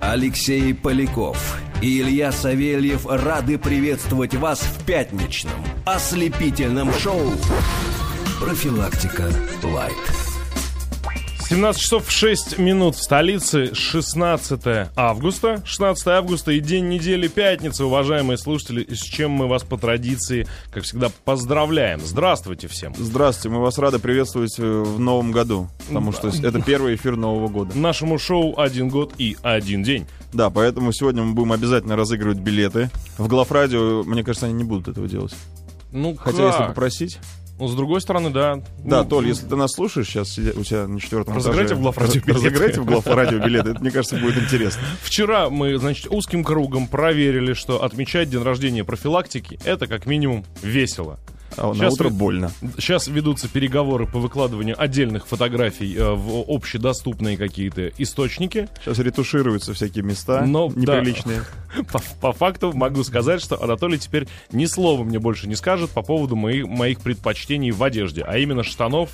Алексей Поляков и Илья Савельев рады приветствовать вас в пятничном ослепительном шоу «Профилактика Лайт». 17 часов 6 минут в столице, 16 августа. 16 августа и день недели пятница, уважаемые слушатели, с чем мы вас по традиции, как всегда, поздравляем. Здравствуйте всем. Здравствуйте, мы вас рады приветствовать э, в новом году, потому что это первый эфир нового года. Нашему шоу «Один год и один день». Да, поэтому сегодня мы будем обязательно разыгрывать билеты. В Главрадио, мне кажется, они не будут этого делать. Ну, Хотя, если как? попросить... Ну, с другой стороны, да. Да, Ну, Толь, если ты нас слушаешь сейчас, у тебя на четвертом Разыграйте этаже- в Главрадио билеты. Разыграйте в Главрадио билеты, это, мне кажется, будет интересно. Вчера мы, значит, узким кругом проверили, что отмечать день рождения профилактики — это как минимум весело. А на Сейчас утро вы- больно. Сейчас ведутся переговоры по выкладыванию отдельных фотографий э, в общедоступные какие-то источники. Сейчас ретушируются всякие места Но, Ну, да. неприличные. По, по факту могу сказать, что Анатолий теперь ни слова мне больше не скажет по поводу моих, моих предпочтений в одежде, а именно штанов,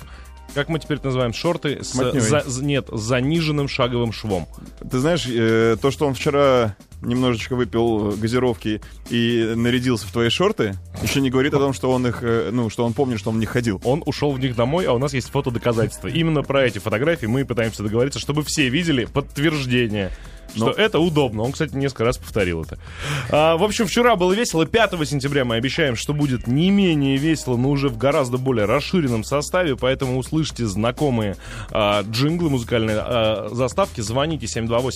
как мы теперь это называем, шорты с, Мотнёй. за- с- нет, с заниженным шаговым швом. Ты знаешь, э, то, что он вчера немножечко выпил э, газировки и нарядился в твои шорты, еще не говорит о том, что он их, э, ну, что он помнит, что он в них ходил. Он ушел в них домой, а у нас есть фото доказательства. Именно про эти фотографии мы и пытаемся договориться, чтобы все видели подтверждение. Что Но- это удобно. Он, кстати, несколько раз повторил это. А, в общем, вчера было весело. 5 сентября мы обещаем, что будет не менее весело, но уже в гораздо более расширенном составе. Поэтому услышите знакомые а, джинглы, музыкальные а, заставки. Звоните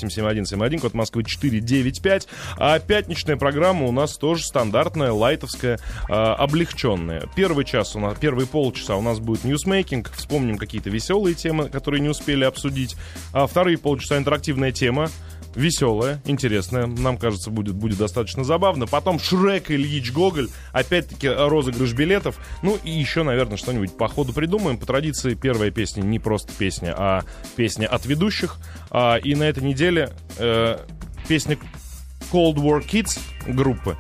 728-7171, код Москвы 495. А пятничная программа у нас тоже стандартная, лайтовская, а, облегченная. Первый час у нас, первые полчаса у нас будет ньюсмейкинг. Вспомним какие-то веселые темы, которые не успели обсудить. А вторые полчаса интерактивная тема веселая, интересная. Нам кажется, будет, будет достаточно забавно. Потом Шрек, Ильич Гоголь. Опять-таки розыгрыш билетов. Ну и еще, наверное, что-нибудь по ходу придумаем. По традиции, первая песня не просто песня, а песня от ведущих. А, и на этой неделе э, песня Cold War Kids группы.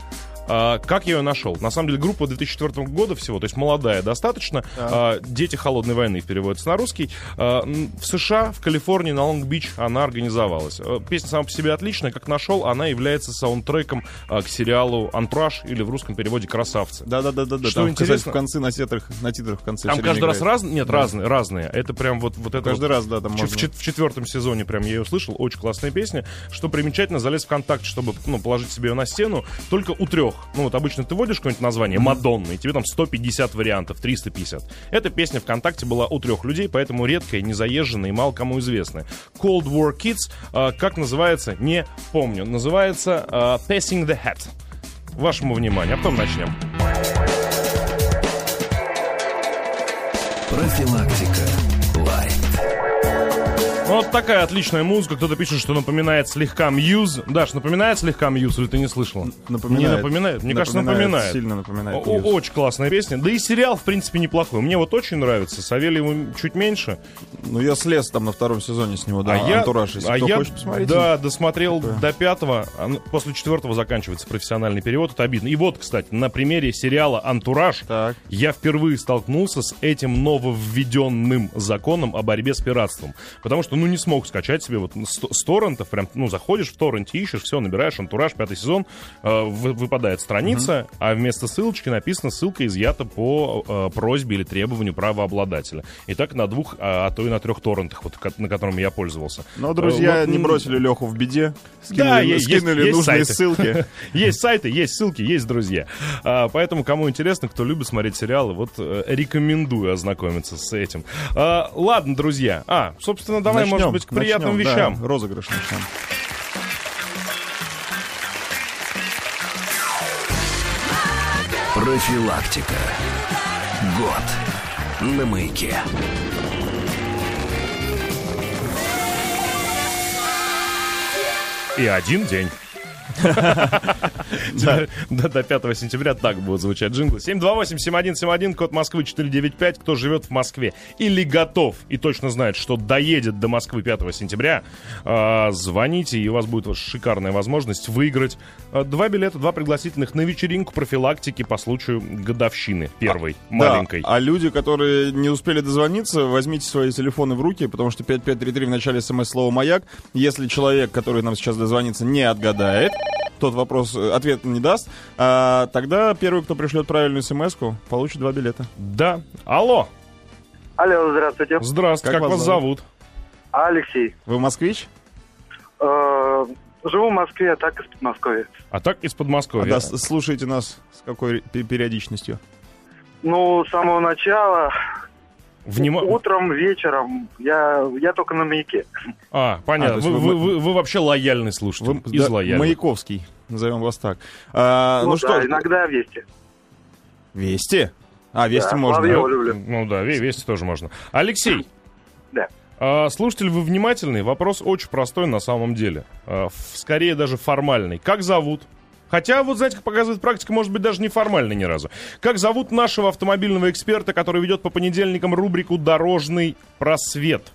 А, как я ее нашел? На самом деле группа 2004 года всего, то есть молодая достаточно. А, Дети холодной войны переводится на русский. А, м, в США, в Калифорнии, на Лонг-Бич она организовалась. А, Песня сама по себе отличная. Как нашел, она является саундтреком а, к сериалу «Антураж» или в русском переводе «Красавцы». Да, да, да, да, да. Что там, интересно- кстати, в конце на титрах, на титрах в конце. Там всё время каждый раз играет. разные? Нет, разные, разные. Это прям вот, вот это Каждый вот- раз, да, там Чё- можно. В, чет- в четвертом сезоне прям я ее услышал, очень классная песня. Что примечательно, залез в контакт, чтобы ну, положить себе ее на стену, только у трех. Ну вот обычно ты вводишь какое-нибудь название Мадонна, и тебе там 150 вариантов, 350. Эта песня ВКонтакте была у трех людей, поэтому редкая, незаезженная и мало кому известная. Cold War Kids, а, как называется, не помню. Называется а, Passing the Hat. Вашему вниманию, а потом начнем. Профилактика Лайт. Ну, Вот такая отличная музыка. Кто-то пишет, что напоминает слегка Мьюз. Даш, напоминает слегка Мьюз, или ты не слышала? Напоминает. Не напоминает? Мне кажется, напоминает. Сильно О- напоминает. о- Ньюс. Очень классная песня. Да и сериал, в принципе, неплохой. Мне вот очень нравится. Савельеву чуть меньше. Ну, я слез там на втором сезоне с него, да, «Антураж». Если а кто я, хочет, посмотрите. да, досмотрел Типа. до пятого. А, ну, После четвертого заканчивается профессиональный перевод. Это обидно. И вот, кстати, на примере сериала «Антураж» Так. я впервые столкнулся с этим нововведенным законом о борьбе с пиратством. Потому что, ну, не смог скачать себе вот с, с торрентов, прям, ну, заходишь в торренте, ищешь, все, набираешь «Антураж», пятый сезон, э, вы- выпадает страница, а вместо ссылочки написано «Ссылка изъята по э, просьбе или требованию правообладателя». И так на двух, а, а то и на трех торрентах, вот, ко- на котором я пользовался. Но Ну, друзья Э, вот, не м, бросили Леху в беде, скинули, Да, е- есть- скинули есть нужные сайты. ссылки. Есть сайты, есть ссылки, есть друзья. А, поэтому, кому интересно, кто любит смотреть сериалы, вот э, рекомендую ознакомиться с этим. А, ладно, друзья. А, собственно, давай, Начнем, может быть, к приятным начнем, да, вещам. розыгрыш начнем. Профилактика. Год на маяке. И один день. Теперь До до 5 сентября так будут звучать джинглы. 728-7171, код Москвы 495. Кто живет в Москве или готов и точно знает, что доедет до Москвы 5 сентября, а, звоните, и у вас будет вот шикарная возможность выиграть а, два билета, два пригласительных на вечеринку профилактики по случаю годовщины первой, маленькой. Да, а люди, которые не успели дозвониться, возьмите свои телефоны в руки, потому что 5533 в начале смс-слова «Маяк». Если человек, который нам сейчас дозвонится, не отгадает, тот вопрос, э, ответ не даст, а, тогда первый, кто пришлет правильную смс получит два билета. Да. Алло. Алло, здравствуйте. Здравствуйте, как, Как вас вас зовут? Алексей. Вы москвич? Э, живу в Москве, а так из Подмосковья. А так из Подмосковья. Да, с- слушайте нас с какой пе- периодичностью? Ну, с самого начала, Внима- утром, вечером, я, я только на маяке. А, понятно. А, то вы, есть вы, вы- вы- вы вообще лояльный слушатель. Вы- из да, лояльных. Маяковский, назовем вас так. А, ну Ну что, да, иногда вести. Вести? А, вести Да, можно. Соловьева люблю. Ну да, ве- вести тоже можно. Алексей. Да. а, слушатель, вы внимательный? Вопрос очень простой на самом деле. А, ф- скорее даже формальный. Как зовут? Хотя, вот знаете, как показывает практика, может быть, даже не формальный ни разу. Как зовут нашего автомобильного эксперта, который ведет по понедельникам рубрику «Дорожный просвет»?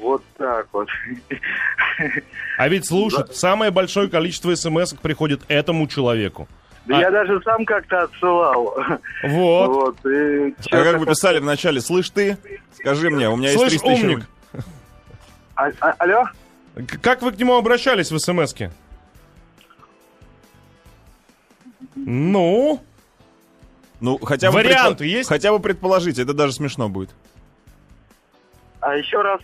Вот так вот. А ведь, слушай, самое большое количество смс приходит этому человеку. Да А. я даже сам как-то отсылал. Вот. Вот. и А чё-то как вы писали вначале, слышь ты, скажи мне, у меня Слышь, есть 300 тысяч умник. А- а- Алло? К- Как вы к нему обращались в СМСке? Ну, Ну, хотя бы Варианты предпо- есть? Хотя бы предположить, это даже смешно будет. А еще раз.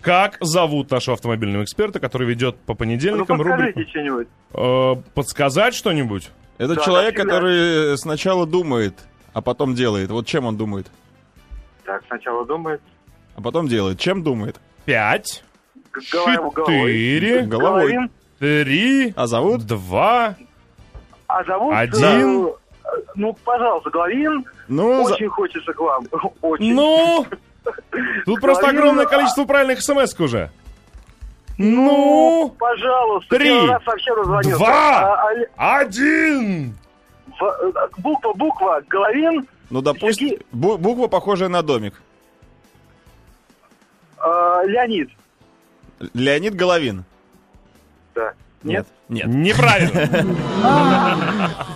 как зовут нашего автомобильного эксперта, который ведет по Ну, понедельникам подскажите рубрику? что-нибудь. Э, подсказать что-нибудь? Это Да, человек, да, всегда. который э, сначала думает, а потом делает. Вот чем он думает? Так, сначала думает. А потом делает. Чем думает? Пять, Г- головой- головой. четыре, Головой. Головин. три, А зовут? два. А зовут... Один. э, Ну, пожалуйста, Головин. Ну, за- Очень хочется к вам. Очень. Ну, тут просто Половина. огромное количество правильных СМС уже. Ну, Пожалуйста, Три. первый раз вообще дозвонился. Два. А, Аль- один. в- э, буква, буква, Головин, ну допустим, Сергей. бу- буква похожая на домик. э, Леонид. Леонид Головин. Да. Нет? Нет. Неправильно.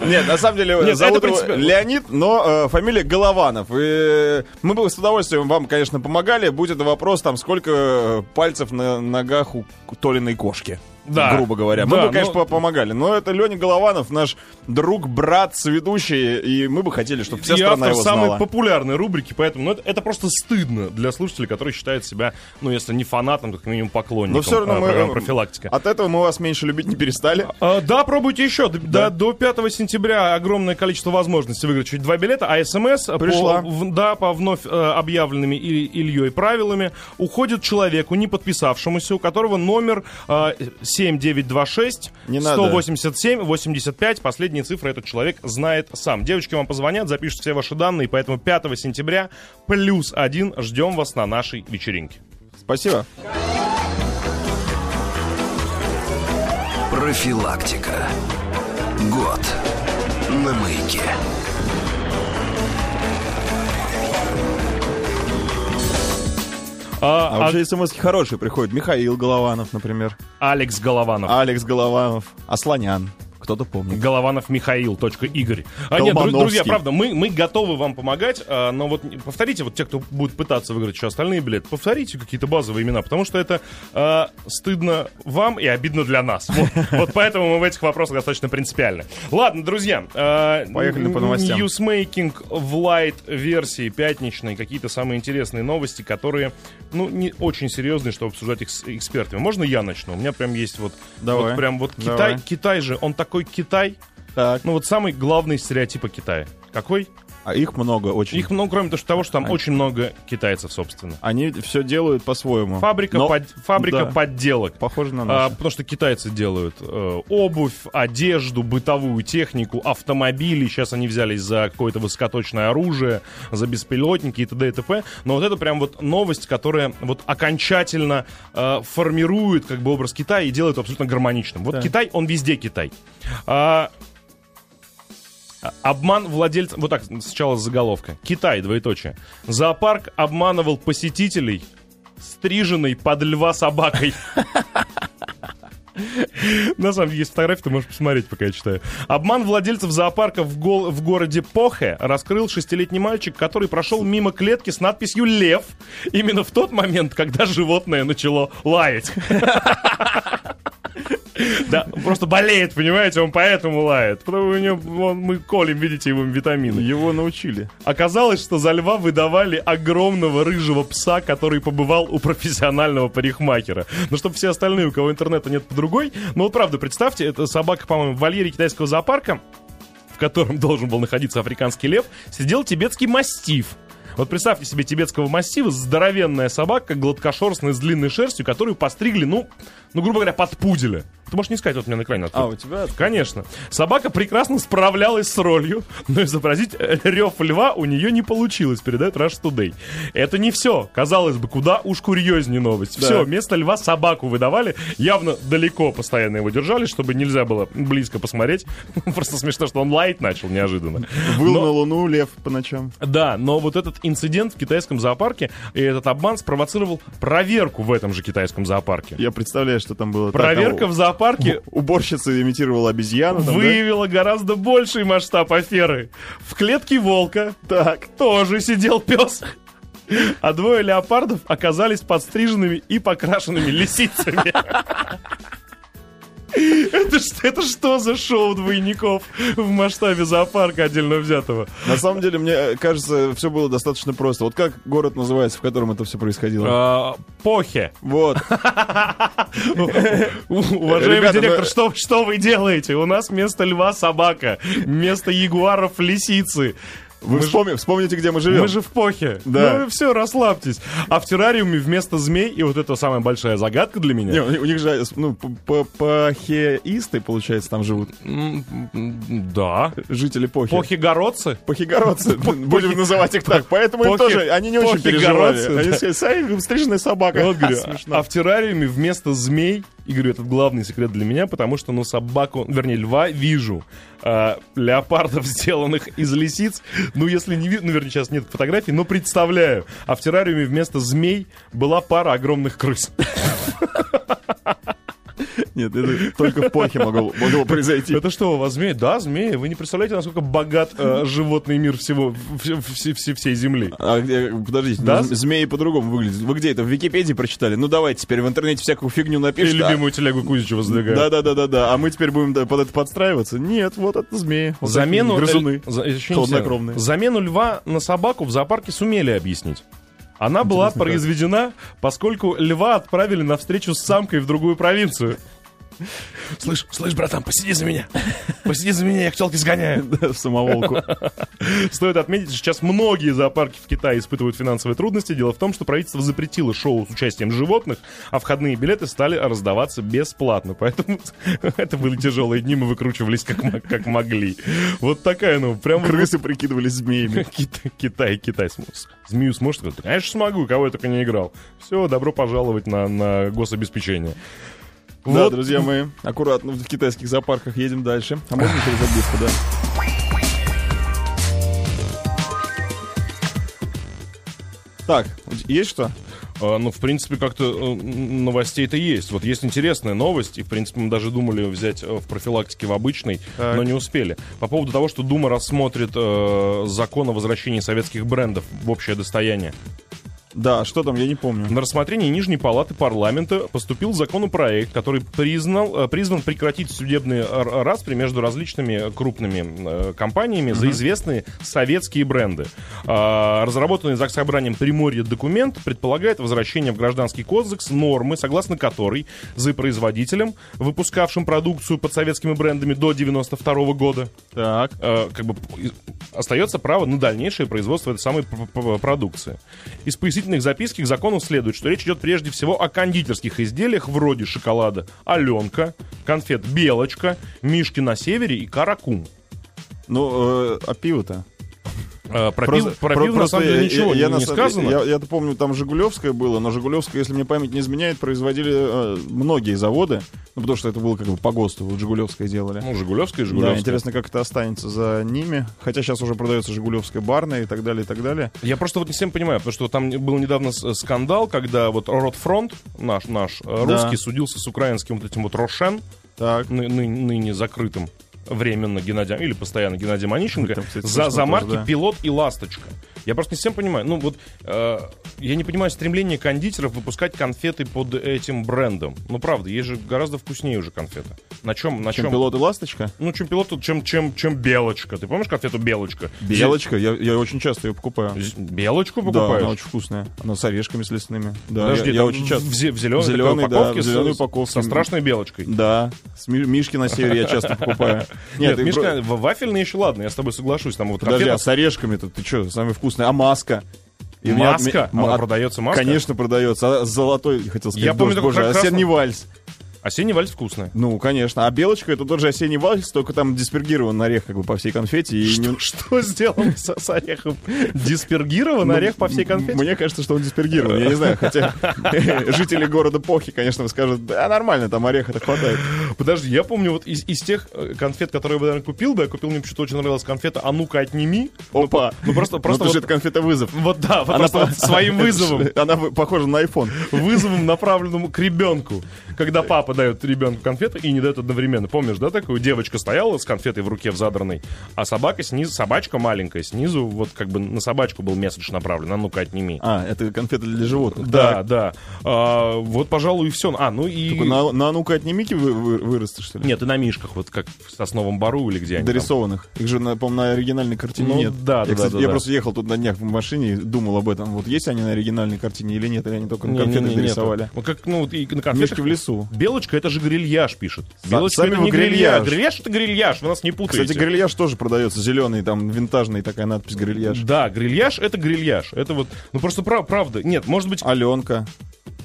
Нет, на самом деле Нет, это зовут его принципиально. Леонид, но э, фамилия Голованов. И мы бы с удовольствием вам, конечно, помогали. Будет вопрос, там, сколько э, пальцев на ногах у Толиной кошки. Да. Грубо говоря. Мы Да, ну. бы, конечно, но- по- помогали. Но это Леня Голованов, наш друг, брат, сведущий. И мы бы хотели, чтобы вся и страна автор его самой знала. популярной рубрики, поэтому ну, это, это просто стыдно для слушателя, который считает себя, ну, если не фанатом, то как минимум поклонником. Но все равно а, мы... программы э, профилактика. От этого мы вас меньше любить не перестали. А, да, пробуйте еще. До, до- до 5 сентября огромное количество возможностей выиграть чуть два билета, а СМС по- Пришла. в- да, по вновь э, объявленными И- Ильей правилами уходит человеку, не подписавшемуся, у которого номер э, 7926 Не надо. 187 85. Последние цифры этот человек знает сам. Девочки вам позвонят, запишут все ваши данные, поэтому 5 сентября плюс один ждем вас на нашей вечеринке. Спасибо. Профилактика. Год на маяке. А, А, вообще смс хорошие приходят. Михаил Голованов, например. а- Алекс Голованов. Алекс Голованов. Асланян. Кто-то помнит. Голованов Михаил. точка Игорь. А нет, дру- Колмановский. друзья, правда, мы, мы готовы вам помогать, а, но вот не- повторите, вот те, кто будет пытаться выиграть еще остальные билеты, повторите какие-то базовые имена, потому что это а, стыдно вам и обидно для нас. Вот, вот поэтому мы в этих вопросах достаточно принципиальны. Ладно, друзья. а, Поехали по новостям. Ньюсмейкинг в лайт-версии пятничной, какие-то самые интересные новости, которые, ну, не очень серьезные, чтобы обсуждать их с экспертами. Можно я начну? У меня прям есть вот, Давай. вот прям вот Китай, Давай. Китай же, он такой Китай, Так. ну вот самый главный стереотип о Китае. Какой? А их много очень. Их много, кроме того, что там очень много китайцев, собственно. Они все делают по-своему. Фабрика, Но- под- фабрика да, подделок. Похоже на А, нас. потому что китайцы делают э, обувь, одежду, бытовую технику, автомобили. Сейчас они взялись за какое-то высокоточное оружие, за беспилотники и т.д. и т.п. Но вот это прям вот новость, которая вот окончательно э, формирует как бы образ Китая и делает его абсолютно гармоничным. Вот Да. Китай, он везде Китай. А, Обман владельца... Вот так, сначала заголовка. Китай, двоеточие. Зоопарк обманывал посетителей стриженной под льва собакой. На самом деле есть фотографии, ты можешь посмотреть, пока я читаю. Обман владельцев зоопарка в, гол- в городе Похе раскрыл шестилетний мальчик, который прошел мимо клетки с надписью «Лев» именно в тот момент, когда животное начало лаять. Да, он просто болеет, понимаете, он поэтому лает. Потому у него, он- мы колем, видите, его витамины. Его научили. Оказалось, что за льва выдавали огромного рыжего пса, который побывал у профессионального парикмахера. Ну, чтобы все остальные, у кого интернета нет по другой. Ну, вот правда, представьте, это собака, по-моему, в вольере китайского зоопарка, в котором должен был находиться африканский лев, сидел тибетский мастиф. Вот представьте себе тибетского массива, здоровенная собака, гладкошерстная, с длинной шерстью, которую постригли, ну, ну, грубо говоря, под пуделя. Ты можешь не искать, вот у меня на экране открыто. А, у тебя? Конечно. Собака прекрасно справлялась с ролью, но изобразить э, рев льва у нее не получилось, передает Rush Today. Это не все. Казалось бы, куда уж курьезнее новость. Да. Все, вместо льва собаку выдавали. Явно далеко постоянно его держали, чтобы нельзя было близко посмотреть. Просто смешно, что он лаять начал неожиданно. Был Но- на луну лев по ночам. да, но вот этот инцидент в китайском зоопарке и этот обман спровоцировал проверку в этом же китайском зоопарке. Я представляю, что там было. Так, Проверка а в у- зоопарке Уборщица имитировала обезьяну. там, да? выявила гораздо больший масштаб аферы. В клетке волка так. тоже сидел пес. А двое леопардов оказались подстриженными и покрашенными лисицами. Это, ш- это что за шоу двойников в масштабе зоопарка отдельно взятого? На самом деле, мне э, кажется, все было достаточно просто. Вот как город называется, в котором это все происходило? А, Похе. Вот. У- Уважаемый Ребята, директор, ну- что, что вы делаете? У нас вместо льва собака, вместо ягуаров лисицы. Вы вспомни- вспомните, где мы живем. Мы же в похе. Да. Ну все, расслабьтесь. А в террариуме вместо змей, и вот это самая большая загадка для Не, меня. у них- у них же ну, п- п- пахеисты, получается, там живут. Да. Жители похи. Похигородцы? Похигородцы, будем называть их так. Поэтому им похи- тоже, они не очень переживали. похигородцы, Они да. сказали, сами стриженная собака. Вот, говорю, Смешно. а в террариуме вместо змей, и говорю, это главный секрет для меня, потому что, ну, собаку, вернее, льва вижу, а, леопардов, сделанных из лисиц, ну, если не вижу, ну, вернее, сейчас нет фотографий, но представляю, а в террариуме вместо змей была пара огромных крыс. Нет, это только в похе могло, могло произойти. Это что, у вас змеи? Да, змеи. Вы не представляете, насколько богат э, животный мир всего, вс- вс- вс- всей земли. А где- подождите, Да? ну, з- змеи по-другому выглядят. Вы где это, в Википедии прочитали? Ну давайте теперь в интернете всякую фигню И напишите. а- любимую телегу Кузича воздвигают. Да, да, да, да, да. А мы теперь будем да, под это подстраиваться? Нет, вот это змеи. Вот Замену, такие грызуны. э, за- еще не Хладнокровные. знаю. замену льва на собаку в зоопарке сумели объяснить. Она была Интересно, как? произведена, поскольку льва отправили на встречу с самкой в другую провинцию. Слышь, слышь, братан, посиди за меня. Посиди за меня, я к телке сгоняю. Да, в самоволку. Стоит отметить, что сейчас многие зоопарки в Китае испытывают финансовые трудности. Дело в том, что правительство запретило шоу с участием животных, а входные билеты стали раздаваться бесплатно. Поэтому это были тяжелые дни, мы выкручивались как, мо- как могли. Вот такая, ну, прям... вот- Крысы прикидывались змеями. Китай, Китай, Китай. см- Змею сможешь сказать? «Да, Конечно, смогу, кого я только не играл. Все, добро пожаловать на, на гособеспечение. Да, друзья мои, аккуратно в китайских зоопарках едем дальше. А можно через обиску, да? Так, есть что? А, Ну, в принципе, как-то э, м, новостей-то есть. Вот есть интересная новость, и, в принципе, мы даже думали взять э, в профилактике в обычной, Так. но не успели. По поводу того, что Дума рассмотрит э, закон о возвращении советских брендов в общее достояние. Да, что там, я не помню. На рассмотрение Нижней Палаты Парламента поступил законопроект, который признал, э, призван прекратить судебные р- распри между различными крупными э, компаниями за известные советские бренды. А, Разработанный ЗАГС собранием Приморье документ предполагает возвращение в Гражданский кодекс нормы, согласно которой за производителем, выпускавшим продукцию под советскими брендами до 92 года, Так. э, как бы и- остается право на дальнейшее производство этой самой п- п- продукции. Из пояснительных записки к закону следует, что речь идет прежде всего о кондитерских изделиях вроде шоколада «Аленка», конфет «Белочка», «Мишки на севере» и «Каракум». Ну, э, а пиво-то? Э, Про Просто- пиво, про про- пиво, на просто самом деле ничего не- на не самом- сказано. Я, я-то помню, там Жигулевское было, но Жигулевское, если мне память не изменяет, производили э, многие заводы, ну, потому что это было как бы по ГОСТу, вот Жигулевское делали. Ну, «Жигулевская» и Да, «Жигулевская». интересно, как это останется за ними. Хотя сейчас уже продается Жигулевская барная и так далее, и так далее. Я просто вот не всем понимаю, потому что там был недавно с- скандал, когда вот Ротфронт, наш, наш э, русский, судился с украинским вот этим вот Рошен, Так. ну, ны- ны- ныне закрытым временно Геннадием, или постоянно Геннадием Онищенко, Там, кстати, за, слышно за тоже, марки да. «Пилот» и «Ласточка». Я просто не всем понимаю. Ну вот, э, я не понимаю стремление кондитеров выпускать конфеты под этим брендом. Ну правда, есть же гораздо вкуснее уже конфеты. На чем, на чем... Чем пилот и ласточка? Ну, чем пилот, чем, чем, чем белочка. Ты помнишь конфету белочка? Белочка, я, я очень часто ее покупаю. Зе- Белочку Да, она покупаешь? очень вкусная. Она с орешками с лесными. Да, Подожди, я, я там очень часто. В, зе- в зеленой, такой Зелёный, да, упаковке в с- зелёной упаковке. со страшной белочкой. Да, с Ми- Мишки на севере я часто покупаю. Нет, и Мишка, про- в- вафельные еще ладно, я с тобой соглашусь. Там вот Подожди, конфета а с орешками-то ты что, самый вкусный? А маска? И у меня- Маска? м- Она а- продается маска? Конечно, продается. А с золотой, хотел сказать, Я помню дождь, только боже, прекрасно. осенний вальс. Осенний а вальс вкусная. Ну, конечно. А белочка это тот же осенний вальс, только там диспергирован орех как бы по всей конфете. И не- Что сделано с, с орехом? Диспергирован Ну, орех по всей м- конфете? Мне кажется, что он диспергирован. Я не знаю, хотя жители города Похи, конечно, скажут, да, нормально, там ореха-то хватает. Подожди, я помню, вот из, из тех э, конфет, которые я, бы, наверное, купил бы, я купил, мне почему-то очень нравилась конфета «А ну-ка, отними». Опа. Ну, просто, просто Ну, ты же вот, это конфета вызов. вот да, вот просто вот своим вызовом, Она вы- похожа на iPhone. вызовом, направленным к ребенку. Когда папа дает ребенку конфету и не дает одновременно. Помнишь, да, такую девочка стояла с конфетой в руке в задранной, а собака снизу, собачка маленькая снизу, вот как бы на собачку был месседж направлен, а ну-ка, отними. А, это конфета для животных. Да, да. А, вот, пожалуй, и все. А, ну и... Такой, На, на ну-ка от Немики вы, вы- вырастешь, что ли? Нет, и на мишках, вот как в Сосновом Бару или где они там. Дорисованных. Их же, на- по-моему, на оригинальной картине Ну, нет. да, я, да, кстати, да, я да. просто ехал тут на днях в машине и думал об этом. Вот есть они на оригинальной картине или нет, или они только на Не, конфеты не, не, нету. дорисовали. Ну, как, ну, вот и на Мишки конфетах... в лесу. Белочка, это же грильяж, пишет. Са- Белочка, сами это вы не грильяж. грильяж. Грильяж, это грильяж, вы нас не путаете. Кстати, грильяж тоже продается. Зеленый, там, винтажный такая надпись грильяж. Да, грильяж, это грильяж. Это вот, ну просто прав- правда. Нет, может быть, Аленка.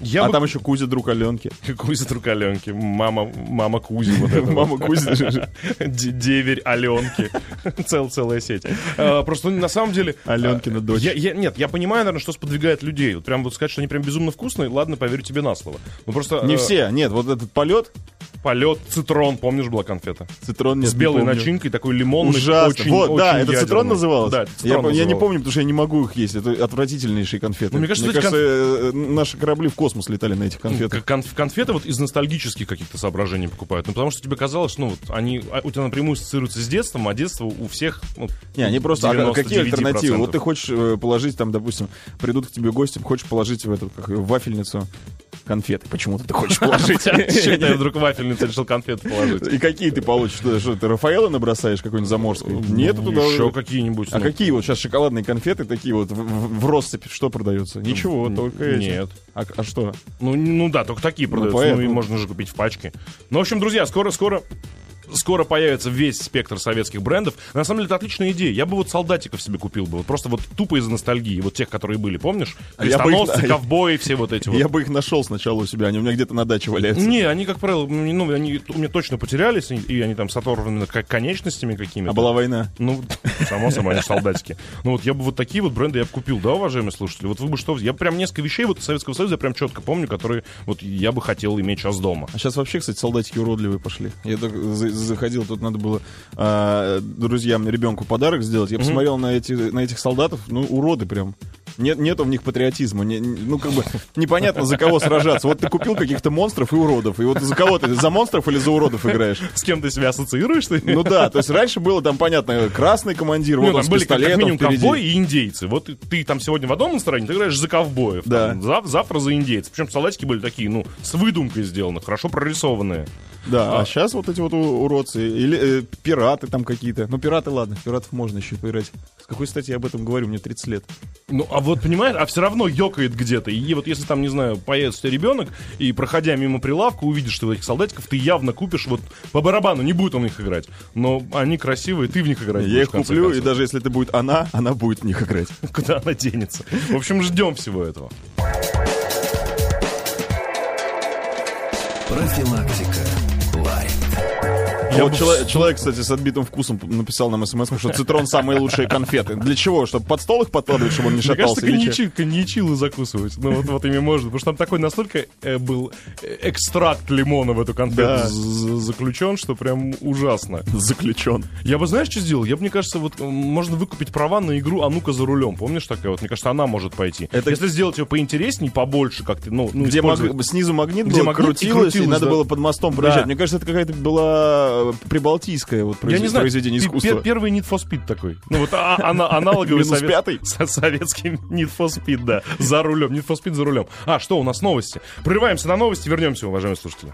я а бы... там еще Кузя, друг Аленки. Кузя друг Аленки, мама, мама Кузи. Вот это вот. Мама Кузя. Де- Деверь Аленки. Цел, целая сеть. Э, Просто ну, на самом деле... Аленкина э, дочь. я- я- Нет, я понимаю, наверное, что сподвигает людей. Вот прям вот сказать, что они прям безумно вкусные, ладно, поверю тебе на слово. Ну просто... Не э, все. Нет, вот этот полет, Полет, цитрон, помнишь, была конфета? цитрон нет, С не белой помню. начинкой, такой лимонный, Ужасно. очень вот, да, очень это цитрон ядерный. называлось? Да, это я, цитрон пом- я не называлось. помню, потому что я не могу их есть. Это отвратительнейшие конфеты. Ну, мне кажется, Ну, это э, наши корабли в космос летали на этих конфетах. Кон- конф- конфеты вот из ностальгических каких-то соображений покупают. Ну, потому что тебе казалось, ну, вот они а, у тебя напрямую ассоциируются с детством, а детство у всех... ну, Не, они просто... а как- какие 99%? альтернативы? Вот ты хочешь э, положить там, допустим, придут к тебе гости, хочешь положить в эту как, ее, вафельницу конфеты. Почему-то ты хочешь положить. Чё это я вдруг вафельница решил конфеты положить? И какие ты получишь? Что, что, ты Рафаэла набросаешь какой-нибудь заморской? Ну, Нет, туда... Еще какие-нибудь. А ну, какие вот сейчас шоколадные конфеты такие вот в, в- в россыпь, что продается? Ничего, н- только эти. нет. А, а что? Ну, ну да, только такие продаются. Ну, и поэтому. можно же купить в пачке. Ну, в общем, друзья, скоро-скоро... Скоро появится весь спектр советских брендов. На самом деле, это отличная идея. Я бы вот солдатиков себе купил бы. Вот просто вот тупо из ностальгии. Вот тех, которые были, помнишь? А я бы их- Крестоносцы, ковбои, все вот эти вот. Я бы их нашел сначала у себя, они у меня где-то на даче валяются. Не, они, как правило, м, ну, они т- у меня точно потерялись, и- и они там с оторванными к- конечностями какими-то. А была война. Ну, само собой, они ж солдатики. Ну вот я бы вот такие вот бренды я бы купил, да, уважаемые слушатели? Вот вы бы что... Я прям несколько вещей вот из Советского Союза я прям четко помню, которые вот я бы хотел иметь сейчас дома. А сейчас вообще, кстати, солдатики уродливые пошли. Я так за- заходил, тут надо было а, друзьям, ребенку подарок сделать. Я посмотрел на, эти, на этих солдатов, ну, уроды прям. Нет, нету в них патриотизма. Не- не- ну, как бы непонятно, за кого сражаться. Вот ты купил каких-то монстров и уродов. И вот за кого ты? За монстров или за уродов играешь? С кем ты себя ассоциируешь? Ты? Ну да, то есть раньше было там, понятно, красный командир, Ну, вот он там с были как как пистолетом минимум впереди. ковбои и индейцы. Вот ты- ты там сегодня в одном настроении, ты играешь за ковбоев. Да. там, зав- завтра за индейцев. Причем салатики были такие, ну, с выдумкой сделаны, хорошо прорисованные. Да, а сейчас вот эти вот у- уродцы. Или э, пираты там какие-то. Ну, пираты, ладно, пиратов можно еще поиграть. С какой стати я об этом говорю? Мне 30 лет. Ну, а вот понимаешь, а все равно ёкает где-то. И вот если там, не знаю, появится у тебя ребенок, и проходя мимо прилавка, увидишь что этих солдатиков, ты явно купишь вот по барабану, не будет он в них играть. Но они красивые, ты в них играть Я будешь, их в конце куплю, и концов. даже если это будет она, она будет в них играть. Куда она денется? В общем, ждем всего этого. Профилактика. Лайт. Я вот чело- человек, кстати, с отбитым вкусом п- написал нам смс, что цитрон самые лучшие конфеты. Для чего? Чтобы под стол их подкладывать, чтобы он не Мне кажется, шатался? или че? коньячи, коньячилы закусывать. Ну, вот, вот ими можно. Потому что там такой настолько э, был э, экстракт лимона в эту конфету Да. з- заключен, что прям ужасно. Заключен. Я бы, знаешь, что сделал? Я бы, мне кажется, вот м, можно выкупить права на игру «А ну-ка за рулем». Помнишь такая? Вот, мне кажется, она может пойти. Это- Если сделать ее поинтереснее, побольше как-то, ну, ну, Где маг- использовать. снизу магнит Где был, магнит и крутилось, и крутилось, надо да. было под мостом проезжать. Мне кажется, это какая-то была э, прибалтийская вот Я не произ- знаю, произведение пе- искусства. пе- первый Need for Speed такой. Ну вот а- ана- аналоговый Минус совет- пятый? со- советский Need for Speed, да. За рулем. Need for Speed за рулем. А, что, у нас новости? Прерываемся на новости, вернемся, уважаемые слушатели.